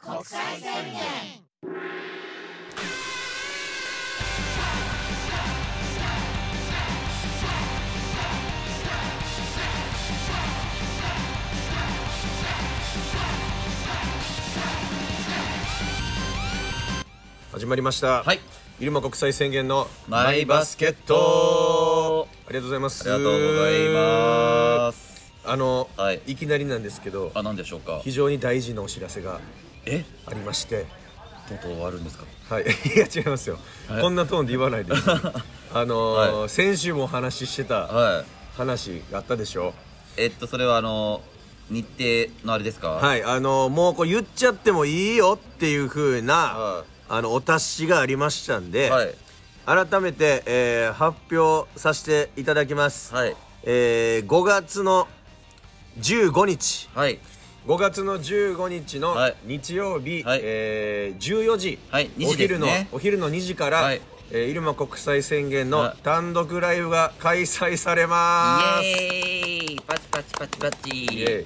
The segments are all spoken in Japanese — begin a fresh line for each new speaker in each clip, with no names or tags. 国際宣言
始まりました。
はい。
入間国際宣言の
マイバスケット
ありがとうございます。
ありがとうございます
す。あの、
はい
い、きなりなんですけど、
あ何でしょうか
非常に大事なお知らせが
え
ありまして、
とうとう終わるんですか
はい。いや違いますよ。
はい
こんなトーンで言わないで。 あのー
は
先週もお話ししてた
は
話があったでしょ。
いえっとそれはあの日程のあれですかい
はい。あのーもうこう言っちゃってもいいよっていう風な、
は
あのお達しがありましたんで、
はい
改めて、えー発表させていただきます。
はい
えー5月の15日
はい
5月の15日の
はい
日曜日、
はい
えー14時,、
はい2
お
時です
昼の
ね
お昼の2時から、
はい
えー入間国際宣言の
はい
単独ライブが開催されま
イ
す
エーイパチパチパチパチ
イエーイ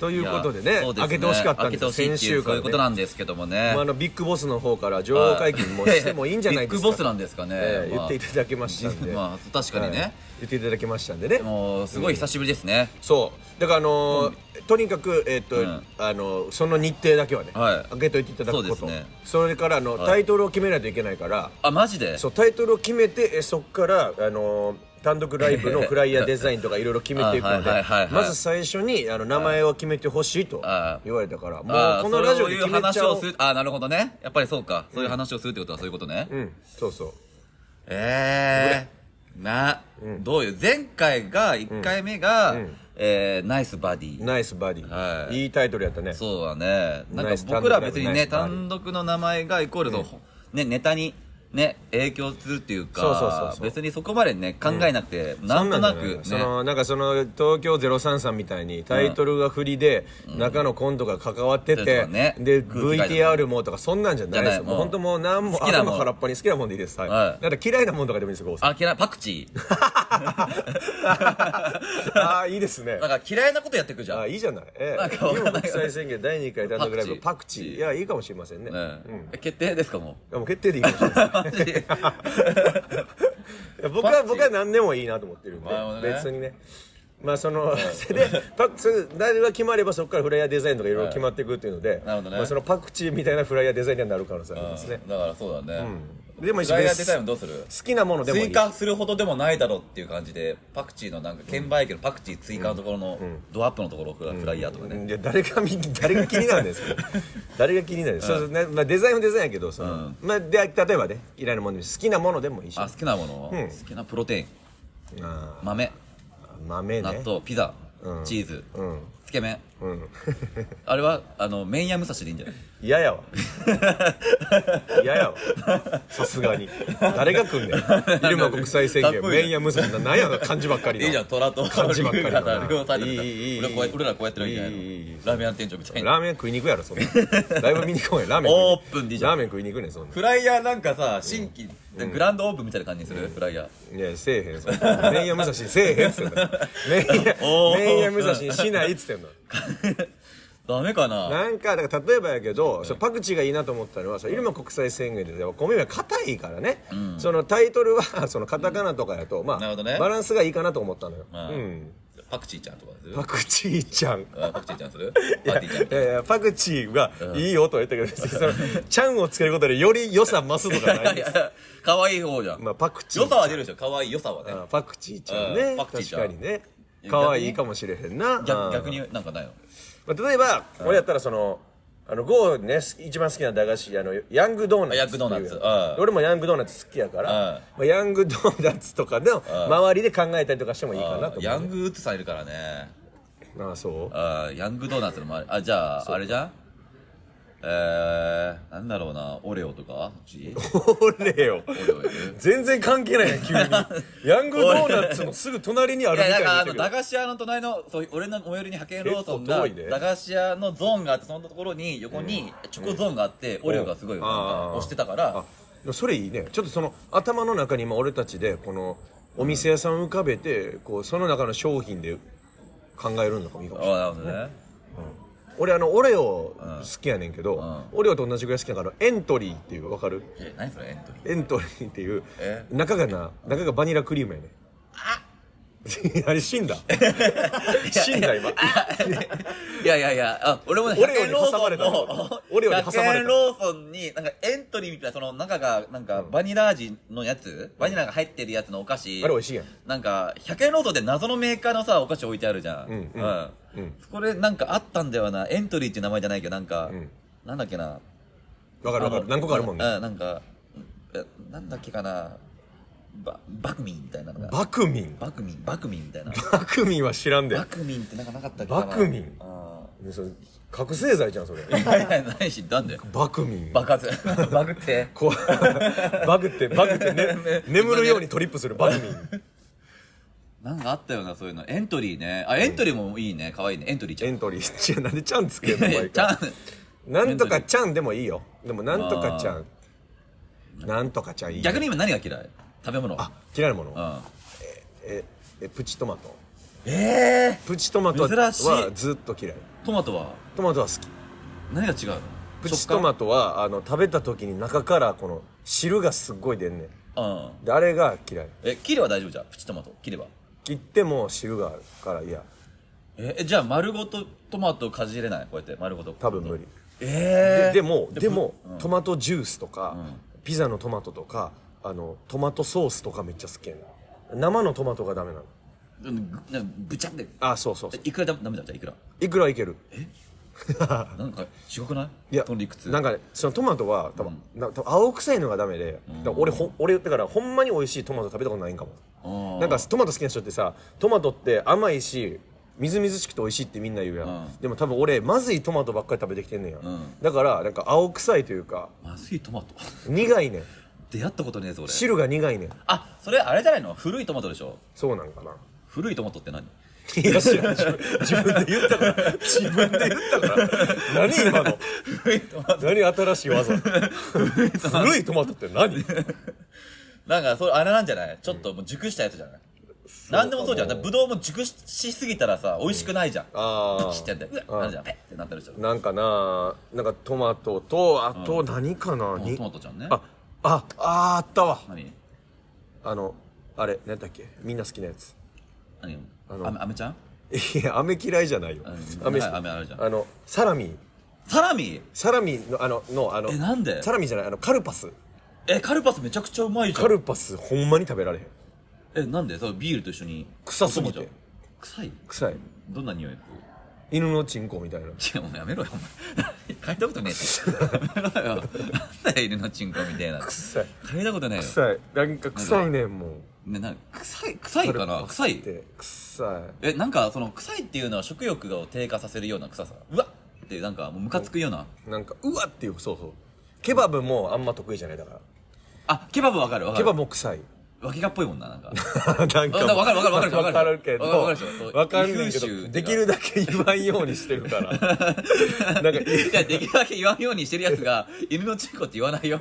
ということでね
やそうす
開けてほしかったんですよ
開けてほ
先
しいってい
週
う
か
そう
ら、
い
ね
うことなんですけどもね
まあ、あのビッグボスの方から情報会見もしてもいいんじゃないですか
ビッグボスなんですかね
えー
まあ
言っていただけましたんで、
まあ確かにね
はい言っていただけましたんでね
もうすごい久しぶりですね
そうだからあのーとにかくえっ、と、
うん
あのーその日程だけはね、
はい
開けといていただくこと
そ
そ,、
うですね
れからあの、タイトルを決めないといけないから
あマジで
そうタイトルを決めてえそっからあのー単独ライ ブのフライヤーデザインとかいろいろ決めていくの
あはいは
で
いはいはい
まず最初にあの名前を決めてほしいと
あ
言われたからも
あ
う
ー
このラジオ
そう
で
いう
決めち
話
ゃお
を
う
するあーなるほどねやっぱりそうかそういう話をするってことはそういうことね
うんそうそう
ええな、どういう前回が1回目が、えーナイスバディ
ナイスバディ、、
はいい
いタイトルやったね
そうだね
ナ
なんか
イス
僕らは別にね
単
単独の名前がイコールと、ね、ネタにね影響するっていうか
そうそうそうそう
別にそこまでね考えなくて、なんとなくね
そのなんかその東京033さんみたいにタイトルが振りで、中のコントが関わって
そうで
て、
すね
で
空気階段
VTR もとかそんなんじゃないです
じ
も
ゃない
う
もう
本当もう何も
好きなもん
頭空っぽに好きなもんでいいですはい、
はい
だから嫌いなもんとかでもいいですよ郷さん
あ嫌いパクチー
ああいいですね
なんか嫌いなことやってくじゃん
あいいじゃないえ
なん
え
かわかんない
今国際宣言第2回単独ライブパ
パ
ク
ク
チ
チ
ー
ー
いやいいかもしれませんね
ね
うんい
決定ですかも
やもう決定でいい かもしれません
うマジで
いや僕
パ
は
クチー
僕は何でもいいなと思ってるんで、
なるほどね
別にねまあそのそれ でパクそれで何が決まればそこからフライヤーデザインとかいろいろ決まっていくっていうので、
なるほどね
まあ、そのパクチーみたいなフライヤーデザインにはなる可能性ありますね、
だからそうだね、
でも
フライヤーデザインはどうする
好きなものでもいい
追加するほどでもないだろうっていう感じでパクチーのなんか券売機のパクチー追加のところのドアップのところをフライヤーとかね、
いや誰が 見誰が気になるんですか誰が気になるそうそう、ねまあ、デザインはデザインやけどその、まあ、で例えばね嫌いなものでもいいし好きなものでもいいし
あ好きなもの、
ん
好きなプロテイン
あ
豆
ー豆
納
ね
豆ピザ、チーズ、
うん
つけ麺
うん
あれはあの麺屋武蔵でいいんじゃない
嫌やわ嫌やわさすがに誰が来んねん入間国際宣
かっ
言
こいいね
麺屋武蔵な何やの漢字ばっかりの
いいじゃん虎と
漢字ばっかりだな
龍が立ってた
いいいいいい
俺こうや俺らこうやってるわけじゃないの
いいいいいい
ラーメン屋店長みたいな
ラーメン食いに行くやろそんなライブ見に行こう やラーメン
オー
食いに
プンでいいじゃん
ラーメン食いに行くねんそんな
フライヤーなんかさ新規、グランドオープンみたいな感じにする、フライヤー
いやせえへんそんな麺屋武蔵せえへんっつってんの麺屋
おー
麺屋武蔵にしないっつってん の
ダメかな
なんかだから例えばやけど、そのパクチーがいいなと思ったのはその入間国際宣言ででも米は硬いからね、そのタイトルはそのカタカナとかやと、ま
なる
あ
ほどね
バランスがいいかなと思ったのよ、
まあ
うん、
パクチーちゃんとかす る
パクチーちゃん
あパクチーちゃんするパーティーちゃんみたいない
やいやパクチーがいいよとは言ったけど、別にそのちゃんをつけることでより良さ増すとかない
い
です、
や可愛い方じゃん。
まあ、パクチー
良さは出るでしょ。可愛い良さはね。
あパクチーちゃんね
うんパクチ
確
ーちゃん
かにね
逆に
可愛いかもしれへんな
逆
うん
逆になんかないの。
まあ、例えば、俺やったらそのあのゴーねす一番好きな駄菓子あのヤングドーナツ
あヤングドーナ
っ
ツ
ていうやつ
うん
俺もヤングドーナツ好きやから、
うん
まあ、ヤングドーナツとかでも周りで考えたりとかしてもいいかなと思う
ヤングウッズさんいるからね。
ああそう
あヤングドーナツの周り。あ、じゃあ、あれじゃんえー、なんだろうな。オレオとかそっち
俺よ
オレオいる
全然関係ないやん 急にヤングドーナツのすぐ隣にあ
い
るみた
や、ないんかあ
な
の、駄菓子屋の隣の、そう俺の最寄りに派遣ローソン
結構
が、
遠いね
駄菓子屋のゾーンがあって、そのところに、横にチョコゾーンがあって、オレオがすごい、なん
あ
か
ー
押してたから、
あそれいいねちょっとその頭の中に今俺たちでこのお店屋さん浮かべてこうその中の商品で考えるのかもいいかもしれない
あなるほどね、
俺あのオレオ好きやねんけど、オレオと同じぐらい好きだからエントリーっていうわかる
え何それエントリー
エントリーっていう
え
中がな中がバニラクリームやねん あれ死ん だ死んだ今
いやいやいや、あ、俺もね、
オレオに
100円ローソン
挟まれた
の
オレオに挟まれた
100円ローソンに、なんかエントリーみたいな、その中が、なんかバニラ味のやつ、バニラが入ってるやつのお菓子。
あれ美味しいやん
なんか、100円ローソンで謎のメーカーのさ、お菓子置いてあるじゃ
ん
ん。
うん
うん。これなんかあったんだよな、エントリーっていう名前じゃないけど、なんか、なんだっけな。
わかるわか
あ
る
の
何個かあるもんね
うん、なんか、えなんだっけかな、バ、バクミンみたいなのが。
バクミン
バクミン、バクミンみたいな。
バクミンは知らんで
バクミンってなんかなかったっけかな
バクミン
うん
ねそれ覚醒剤じゃんそれ
いやいやないし、なんで
バクミン
爆発。バグって。
こう バグってバグって、ね
ね
眠るようにトリップするバグミン
なんかあったよな、そういうの。エントリーね。あ、エントリーもいいね。可愛いね。エントリーちゃ
エ
ん。
ントリー違うなんでちゃんつけるの
いや
毎
ちゃ
回
ん。
なんとかちゃんでもいいよでもなんとかちゃんなんとかちゃんいいよ
逆に今何が嫌い食べ物。
あ嫌いなもの
うん。
ええプチトマト
ええ
プチトマト
珍しい
はずっと嫌い
トマトは
トマトは好き
何が違うの
プチト
ト
マトはあの食べた時に中からこの汁がすっごい出んねん
うん。
であれが嫌い
え、切れば大丈夫じゃん。プチトマト。切れば。
切っても汁があるからいや
え、えじゃあ丸ごとトマトかじれないこうやって丸ごと。
多分無理
ええ
ででもでも、トマトジュースとか、ピザのトマトとかあのトマトソースとかめっちゃ好きやねん生のトマトがダメなの
うんぐなんかぶちゃって。
あそうそうそ
えいくらだダメだったいくら。
ういくらいける
なんか、しごくない
いや
この理屈。
なんかねそのトマトは多分、な多分青臭いのがダメで、だから俺ほ俺だからほんまに美味しいトマト食べたことないんかも
うん
なんかトマト好きな人ってさトマトって甘いしみずみずしくて美味しいってみんな言うやん、
うん
でも多分俺まずいトマトばっかり食べてきてんねんや、
ん
だからなんか青臭いというか
まずいトマ ト。
苦いねん
出会ったことねえぞ、俺。
汁が苦いねん
あそれあれじゃないの古いトマトでしょ
そうなんかな
古いトマトって何
いや知らん自 分自分で言ったから自分で言ったから何今の
古いトマト
何新しい技古いトマトって何
なんかそれあれなんじゃないちょっともう熟したやつじゃない何でもそうじゃんだからぶどうも熟しすぎたらさ美味しくないじゃん
あー
プチってやってうわなるじゃんペッってなってるじゃん
なんかななんかトマトとあと何かな、に
トマトちゃんね
ああああったわ
何
あのあれ何だっけみんな好きなやつ
何
あの
あめあめちゃん
いや飴嫌いじゃないよ
うん
飴
はい飴あるじゃん
あのサラミ
サラミ
サラミのあののあの
えなんで
サラミじゃないあのカルパス
えカルパスめちゃくちゃうまいじゃ
カ
ん
ルパスほんまに食べられへん
えなんでそうビールと一緒に
臭すぎて
トマト臭い
臭い
どんな匂いい
犬のチンコみたいな
やもうやめろよお前 嗅いだことねえしやめろよなんだよ犬のチンコみたいな
臭い
嗅いだことないよ
臭いなんか臭いねんもう
ね、なんか臭い臭いかな臭い
って臭
えなんかその臭いっていうのは食欲を低下させるような臭さうわっってなんかもうムカつくようない
なんかうわっていうそうそうケバブもあんま得意じゃないだから
あケバブわかるわか
ケ
る
バブも臭い
脇がっぽいもん ななんか
なんか
わかるわかるわかる
わかるけど
わかるでしょ
わかんないけ
優秀ってい
ど
うか
できるだけ言わんようにしてる からなんか
いやできるだけ言わんようにしてるやつが犬のチンコって言わないよ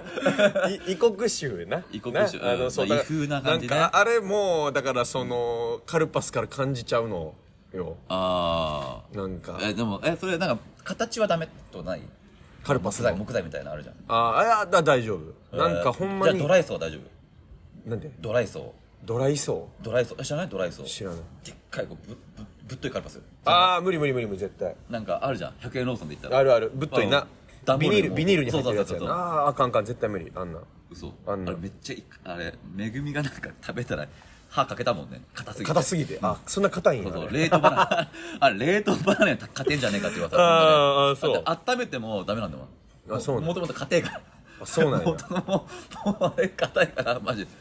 い異国臭な
異国臭
なあ
う
の
ん
そう
まあ
だから
異風な感じね
なんかあれもだからそのカルパスから感じちゃうのよ
あ
なんか
あえでもえそれなんか形はダメとない
カルパス
木材
が
木材みたいなのあるじゃん
ああいやだ大丈夫なん
えー
かほんま
じゃあ
に
ドライソー大丈夫
なんで
ドライソ
ドライソ
ードライソーえ知らないドライソ
ー
ー
知らない
でっかいこうぶぶぶっといカルパス
ああ無理無理無理無理絶対
なんかあるじゃん100円ローソンで言ったら
あるあるぶっといな
段ボ
ビニール
ールにも
ビニールに入ってるやつ
そう
や
そうそ
な
うそう
あーあかんあかん絶対無理あんな
嘘
あ
あ
んな
れめっちゃいあれめぐみがなんか食べたら歯かけたもんね硬すぎて
硬すぎてあそんな硬いん
そ
や
う
あ
そう
れ
冷凍バ ナナあれ冷凍バナナに勝てんじゃねえかって言われた
あーあーそう
温めてもダメなんだもん
あそうなん
もともと硬いから
あそうなんや
もとももうあれ硬いからマジで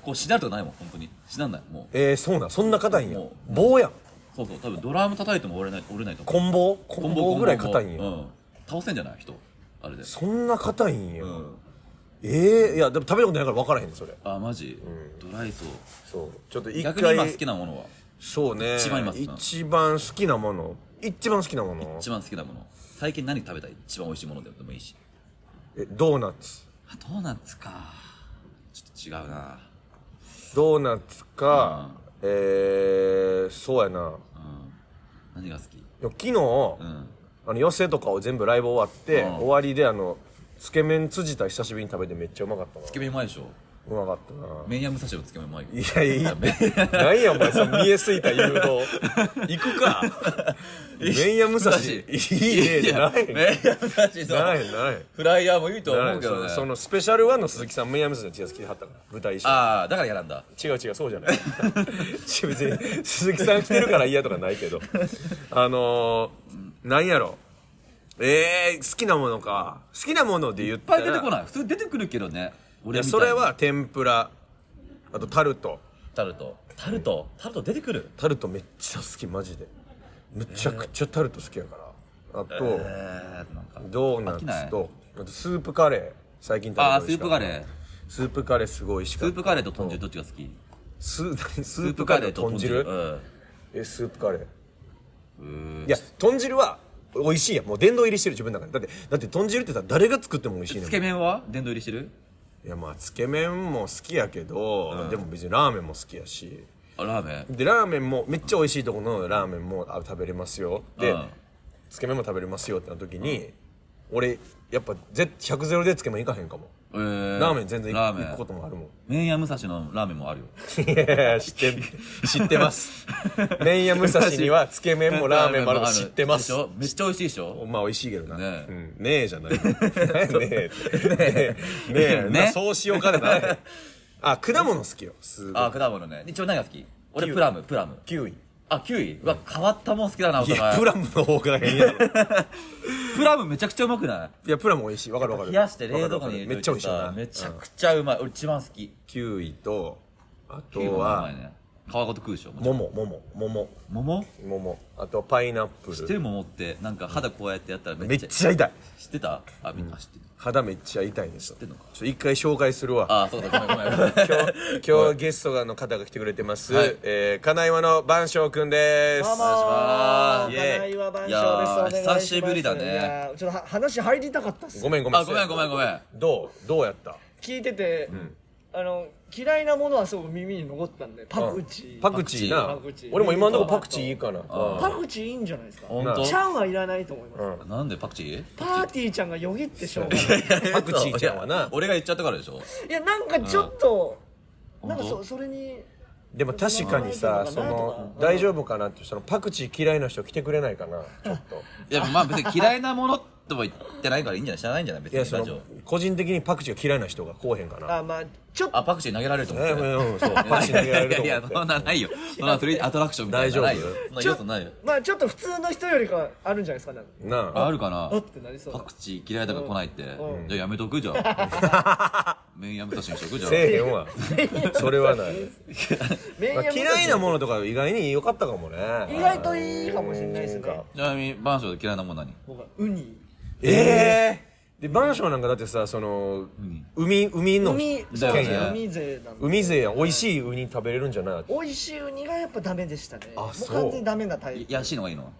こうしなるとかないもん本当にしなんないもう
えー、そうなんそんな硬いんや
も
棒やん
そうそう多分ドラム叩いても折れない折れないと思う
こん棒こん棒ぐらい硬いん
う
や
ん倒せんじゃない人あれで
そんな硬いんや
うん
えー、いやでも食べたことないから分からへんそれ
あマジドライソー
そうちょっと一
逆に今好
回
きなものは
そうね
一番今好きな
一番好きなもの一番好きなもの
一番好きなもの最近何食べたい一番美味しいものでもいいし
えドーナツ
あドーナツかちょっと違うな
ドーナツか、えー、そうやな
うん何が好き
でも昨日、
うん
あの寄せとかを全部ライブ終わって、
うん
終わりであのつけ麺辻田久しぶりに食べてめっちゃうまかったな
つけ麺うまいでしょ
うまかったな
麺屋武蔵のつけ麺うまいよ
いやいや何やお前その見えすぎた 誘導行くか 麺屋武蔵
武蔵
いいねじゃない
麺屋武蔵
な
の
いない
フライヤーもいいと
な
思う
い
けどね
そそのスペシャルワンの鈴木さん麺屋武蔵の T シャツ着てはったから舞台衣装
ああだからやらんだ
違う違うそうじゃない違う別に鈴木さん着てるから嫌とかないけどあのー、なんやろえー、好きなものか好きなもので言っ
いったぱ
ら
い出てこない普通出てくるけどね
い
俺
や
みたいに
それは天ぷらあとタルト
タルトタルトタルト出てくる
タルトめっちゃ好きマジでむちゃくちゃタルト好きやからあと、
えー、なんか
ドーナツとあとスープカレー最近食べて
あ
美
あ
味
ス
し
ー
かった
プカレー
スープカレーすごい美味し
ス
かっ
ー
た
プカレーと豚汁どっちが好き
スープスープカレーと豚汁
うん
えスープカレーいや豚汁は美味しいやんもう殿堂入りしてる自分の中でだってだって豚汁ってさ誰が作っても美味しいね
つ
ん
け麺は殿堂入りしてる
いやまあつけ麺も好きやけど、でも別にラーメンも好きやし
あラーメン
でラーメンもめっちゃ美味しいとこのラーメンもあ食べれますよで、
うん
つけ麺も食べれますよってな時に、俺やっぱぜ100ゼロでつけ麺行かへんかも、
えー
ラーメン全然
ラ
行
ーメン
くこともあるもん
麺屋武蔵のラーメンもあるよ
いやいや知ってる知って ます麺屋武蔵にはつけ麺もラーメンもあるの知ってま
ですしょめっちゃ美味しいでしょ
まあ美味しいけどな。
ねえ
うん、ねえじゃない。 ねえって。ねえ。ねえ。
ね
なそうしようかでない。あ、果物好きよ。すごい
あ。果物ね一応何が好き
キウ
俺
イ
プラムプラム
キウイ。
あキウイうわ変わったもん好きだなお
いや、
互い
プラムの方が変やろ。
プラムめちゃくちゃうまくない
いや、プラム美味しい。わかるわかる。
冷やして冷蔵庫に入れ
めっちゃ
と
美味
いて
しいよ
さ
な。
めちゃ
うん
くちゃうまい俺一番好き
キウイと、あ
キウイ
と
もうま
は、
いね皮ごと食うでしょ
桃、桃、桃、
桃
桃。あと、パイナップ
知って
ル。
る桃ってなんか肌こうやってやったらめ
め
っ
っ
ちゃ
ちゃ痛い。
知ってたあみんな知ってる
肌めっちゃ痛いんですよ。
知ってんのか
ちょ一回紹介するわ。
あそうだごめんごめんごめん
今日今日ゲストの方が来てくれてます、
はい
えー、金岩の番匠くんです
どうも
願いします
ー金井は番
イエーイ
匠です
いやー久しぶりだね
お願いしますいやーちょっとは話入りたかったっす
ごめんごめん
あごめんごめんごめん
どうどうやった
聞いてて、あの嫌いなものはすごく耳に残ったんでパクチー、
パクチーな
パクチー
俺も今のところパクチーいいかな
あ
パクチーいいんじゃないですか
本
ちゃ
当
んはいらないと思います、
なんでパクチー
パーティーちゃんがよぎってしょうがない
パクチーちゃんはな
俺が言っちゃったからでしょ
いやなんかちょっと、
うん
なんか
本
そそれに
でも確かにさその大丈夫かなってそのパクチー嫌いな人来てくれないかなちょっ と
いやまあ別に嫌いなものとも言ってないからいいんじゃない知らないんじゃない別
いやそ
にラジ
の
オ
個人的にパクチーが嫌いな人がこうへんかな
あまあちょっと
あパクチー投げられると思っ
え
て
うん うんそうパクチー投げられると
いやいや
思
そ
っ
ん
て
なないよそんなそれアトラクションみたいなのないよ
大丈
そんな要素ないよ
まあちょっと普通の人よりかはあるんじゃないですかなんか
なあ
あるかな
あってなりそう
パクチー嫌いだから来ないって
う
じゃあやめとくじゃん 麺やめたしにしとくじゃん
せえへん わそれはない、
麺
ま
屋
あ
武蔵
嫌いなものとか意外に良かったかもね
意外といいかもしれないですね
ちなみに番匠で嫌いなもん何
僕はウニ
ええでマンションなんかだってさその、海海の
海そう
県
だよ
や
海勢なんで
海勢やん美味しいウニ食べれるんじゃない
美味しいウニがやっぱダメでしたね
あ
もう
そう
完全にダメなタイ
いやしいのがいいの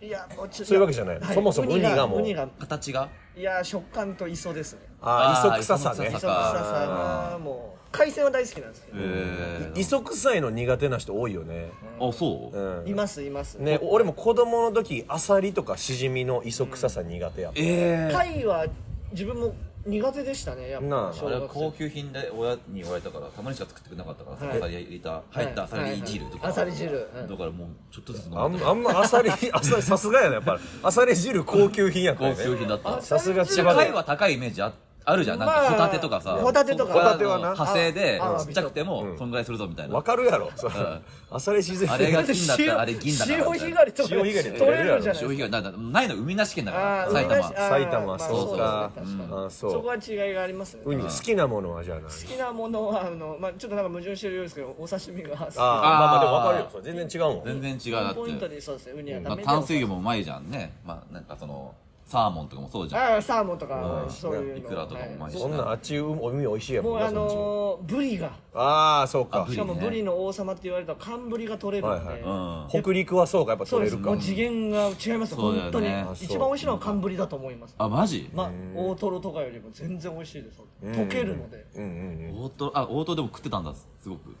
プいやもうちょっと
そういうわけじゃないそもそもウニがもう
ウニが
形が
いや食感と磯ですね
あ
あ
あ
ー
磯臭さね
磯
磯
臭
臭さ
あー
はもう海鮮は大好きなんですけど
え
磯臭いの苦手な人多いよね、
ーあそう
うん
いますいます
ね、俺も子供の時アサリとかシジミの磯臭さ苦手やった、
ええ
貝は自分も苦手でしたねやっ
なあ
ぱ
あ
小
れは
学生
高級品で親に言われたからたまにしか作ってくれなかったから
はい
アサリ入れた入ったアサリ汁とか
はいはいはいアサリ汁うん
だからもうちょっとずつ飲
あ
ん
ん
で
あんまアサリアサリさすがやなやっぱりアサリ汁高級品やから
高
ね
級品だった
さすが千葉
貝
で
は高いイメージああるじゃんなんか
まあ
ホタテとかさ
ホタテとか
ホ
ホ
タテ
タ
テ
は
は
な
な
派生で
ああ
ちっちゃくてもそんぐらいするぞみたい
わ
な
かるやろ、そうんアサリシジミ
あれが金だった
塩
らあれ銀だから
潮
みたい
干
な
狩りとか
潮干狩り
取れるじゃない
消
で
費
す
がななないの海なし県だか
かあー
ら埼
海なし
玉
あー
埼玉
まあ
そうか
そうですね確か
あ
そこ
そ
は違いがありますね
うウニ好きなものはじゃあ何
好きなものはあの、まあ、ちょっとなんか矛盾してるようですけどお刺身が好き
ああまあまあでも分かるよそれ全然違うもん
全然違うなっ
ポイント
て
でそうですねウニは
ま
ダ
あ
メで
淡水魚もうまいじゃんねまあなんかそのサーモンとかもそうじゃん
ああサーモンとか、
うん
そういうの
いくらとかもうまいし
は
そんなんあっちお海美味しいや
いも
も
うん
な
あ
そっち
のー、ブリが
ああそうか
あブリ
しかもブリの王様って言われたら寒ブリが取れるんで、
はい
うん
北陸はそうかやっぱ
そう
取れ
です
る
も
か
う次元が違います、
そうだよね
本当に
あ
そう
一番美味しいのは寒ブリだと思います
あマジ
まあ大トロとかよりも全然美味しいです溶けるので、
うんうんうん
オートあオートでも食ってたんだすごく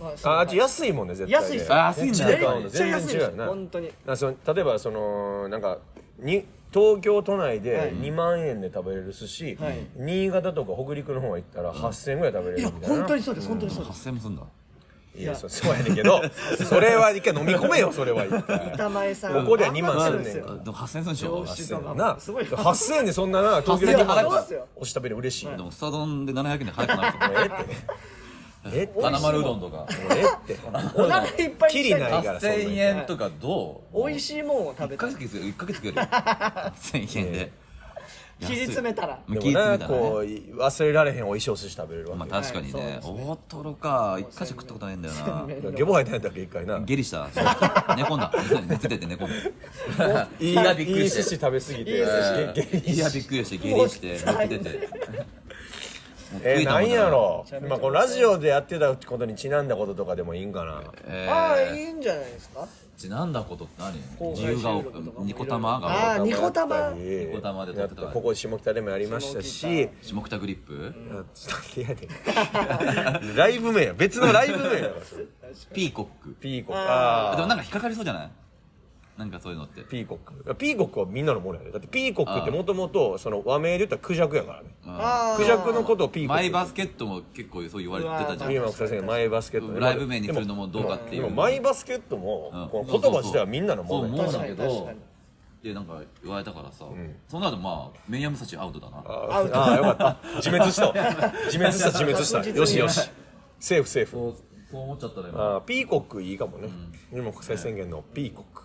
まあそ
あ
う
あっち安いもんね絶対ね
安いっす
あ安いん
こ
だ
っちで買う
め
の
っちゃ
全
安
然
いで
違う
す
よね
本当に
なその例えばそのなんかに東京都内
は
で
い
2万円で食べれる寿司、
はい
新潟とか北陸の方行ったら8000円ぐらい食べれ
い
る
や
みたいな、
本当にそうです本当にそうです
8000もすんだ
いやそ そうやねんけどそれは一回飲み込めよそれ は一回
板前さん
ここでは2万
頑張っ
すんね
てるです
ん
よ
でも8000するでしょ
上司
そ
と
うや
か
な
もすごい
8000円でそんなな東京で2万
いやそう
ですよ
押し食べる嬉しい、
で
もう
もスタ丼で700円で早くなると
ええってええって
花丸うどんとか
もうええって
お腹いっぱいにしたい
きりないからそんなに
8000円とかどう
美味しいもんを食べ
1
た
ヶ
い
月1ヶ月食えるよ8000円 で
切り詰めたら
安い
で
切り
も
詰め
な
たらね
こう忘れられへん美味しいお寿司食べれるわ
まあ
けよ
確かに
はい
ね
そうですね
大トロか1回しか食ったことないんだよ な
せんべい
ゲボ吐いたんだっけ一回な
ゲリした寝込んだ寝てて寝込んだ
いい
いやびっくり
いい寿
し
司
て
食べ過ぎて
いい寿司
げげ
いやびっくりしてゲリ して寝ててもう
えー、
食いた
な
もん
ん
じゃ
やろ
めちゃめちゃ
まあこのラジオでやってたことにちなんだこととかでもいいんかな
えー
ああいいんじゃないですか
ちなんだことって何
公
自
開
由
収
が
録とかも
丘ニコ玉
ああ
が
ニコ玉
ニ
ニコ玉で撮ってた
ここ下北でもやりましたし
下
下北グリップ
あちょっとだけやでライブ名や別のライブ名やわそれ
ピーコック
ピーコック
あ
でも
あ
なんか引っかかりそうじゃないなんかそういうのって
ーピーコックピーコックはみんなのものやでだってピーコックってもともとその和名で言ったらクジャクやからね
ああ
クジャクのことをピーコッ
マ
ク
イバスケットも結構そう言われてたじゃ
う
ピー
わ
ん
マック先生がマイバスケットね
ライブ名にするのもどうかってい
で
う
もマイバスケットも
うん
この言葉自体はみんなのもの
そ
や
う
確
思うんだ
か
け
に確
ど
かに
でなんか言われたからさその後まあメイヤムサチアウトだな
あーあーよかった自滅したわ自滅した自滅 した
確実に
よしよしセーフセーフ
そうそう思っちゃったね今
あーピーコックいいかもね今国際宣言のピーコック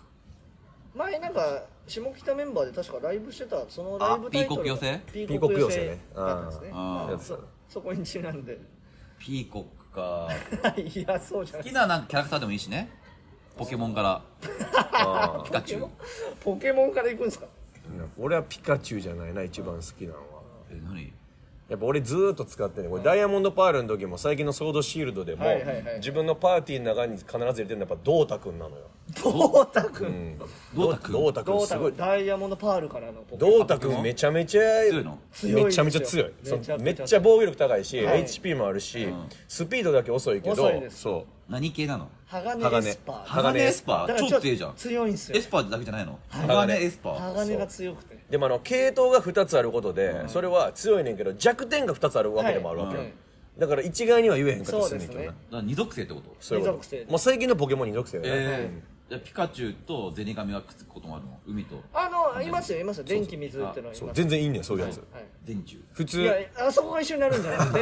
前なんか下北メンバーで確かライブしてたそのライブタイトルが
あピーコック寄
ピ
ピー
ー
コ
コ
ッ
ッ
ク寄
ク寄
せ
せ
ね
だったんですね
あー
まあそそこにちなんで
ピーコックか
いやそうじゃな
好
い
きななんかキャラクターでもいいしねポケモンからピカチュウ
ポケモンから行くんですか
俺はピカチュウじゃないな一番好きなのは
え何
やっぱ俺ずーっと使ってねこれダイヤモンドパールの時も最近のソードシールドでも
はいはいはい
自分のパーティーの中に必ず入れてるのはやっぱドータくんなのよ
ドータくん
どうたくん
ドータく
ド
ん
ー
す
タ
ごい
くんダイヤモンドパールからのポケモン
ドータくんめちゃめちゃ
強いの
強い
めちゃめちゃ強い
ですよ
そのめ
め
っ
ちゃめちゃ
ちゃ防御力高いし、
はい
HP もあるし、スピードだけ遅いけど
遅いです
そ
何系なの
鋼エスパー
鋼エスパ
だ
ー
から
超強いじゃん
強いんす
エ
よ
スパーだけじゃないの
鋼
鋼エスパー
鋼が強くて
うでもあの系統が2つあることで、それは強いねんけど弱点が2つあるわけでもあるわけよ、
はい
だから一概には言えへんかったり
そう
すんねん
です
けど
ね
な
だから二属性ってこと
そういうこ
二属性
ともう最近のポケモン二属性だね、
えーじゃあピカチュウとゼニガメがくっつくこともあるの海と
あのいますよいますよ電気水ってのはい
そう
ます
全然いいねんそういうやつ、
はい
電柱
普
い
通
やあそこが一緒になるんじゃなく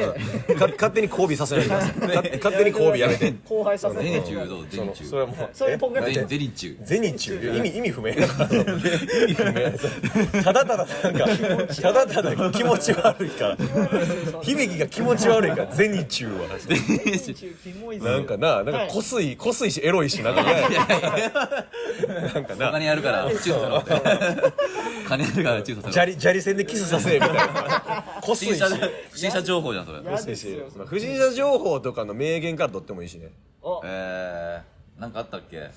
て
か勝手に交尾させないでください勝手 勝手に交尾や めて
後輩させ
電
て
柱と
そ
電
のそれ
柱
はもう
そういうポケモン
え
ゼゼニチュウ
ゼニチュウ意味意味不明意味不明ただただなんかただただ気持ち悪いから響きが気持ち悪いからゼニチュウは
キモいっすよ
なんかななんかこすい、こすいしエロい しなんか嫌やなんかな
金あるからチューさせろ金あるからチューさせ
砂
ろ
利砂利線でキスさせみたい なこすい
不審
し
者不審者情報じゃんそれ
や
こす
で
い
す
し
よ
まあ不審者情報とかの名言から取ってもいいしね
お
えーなんかあったっけ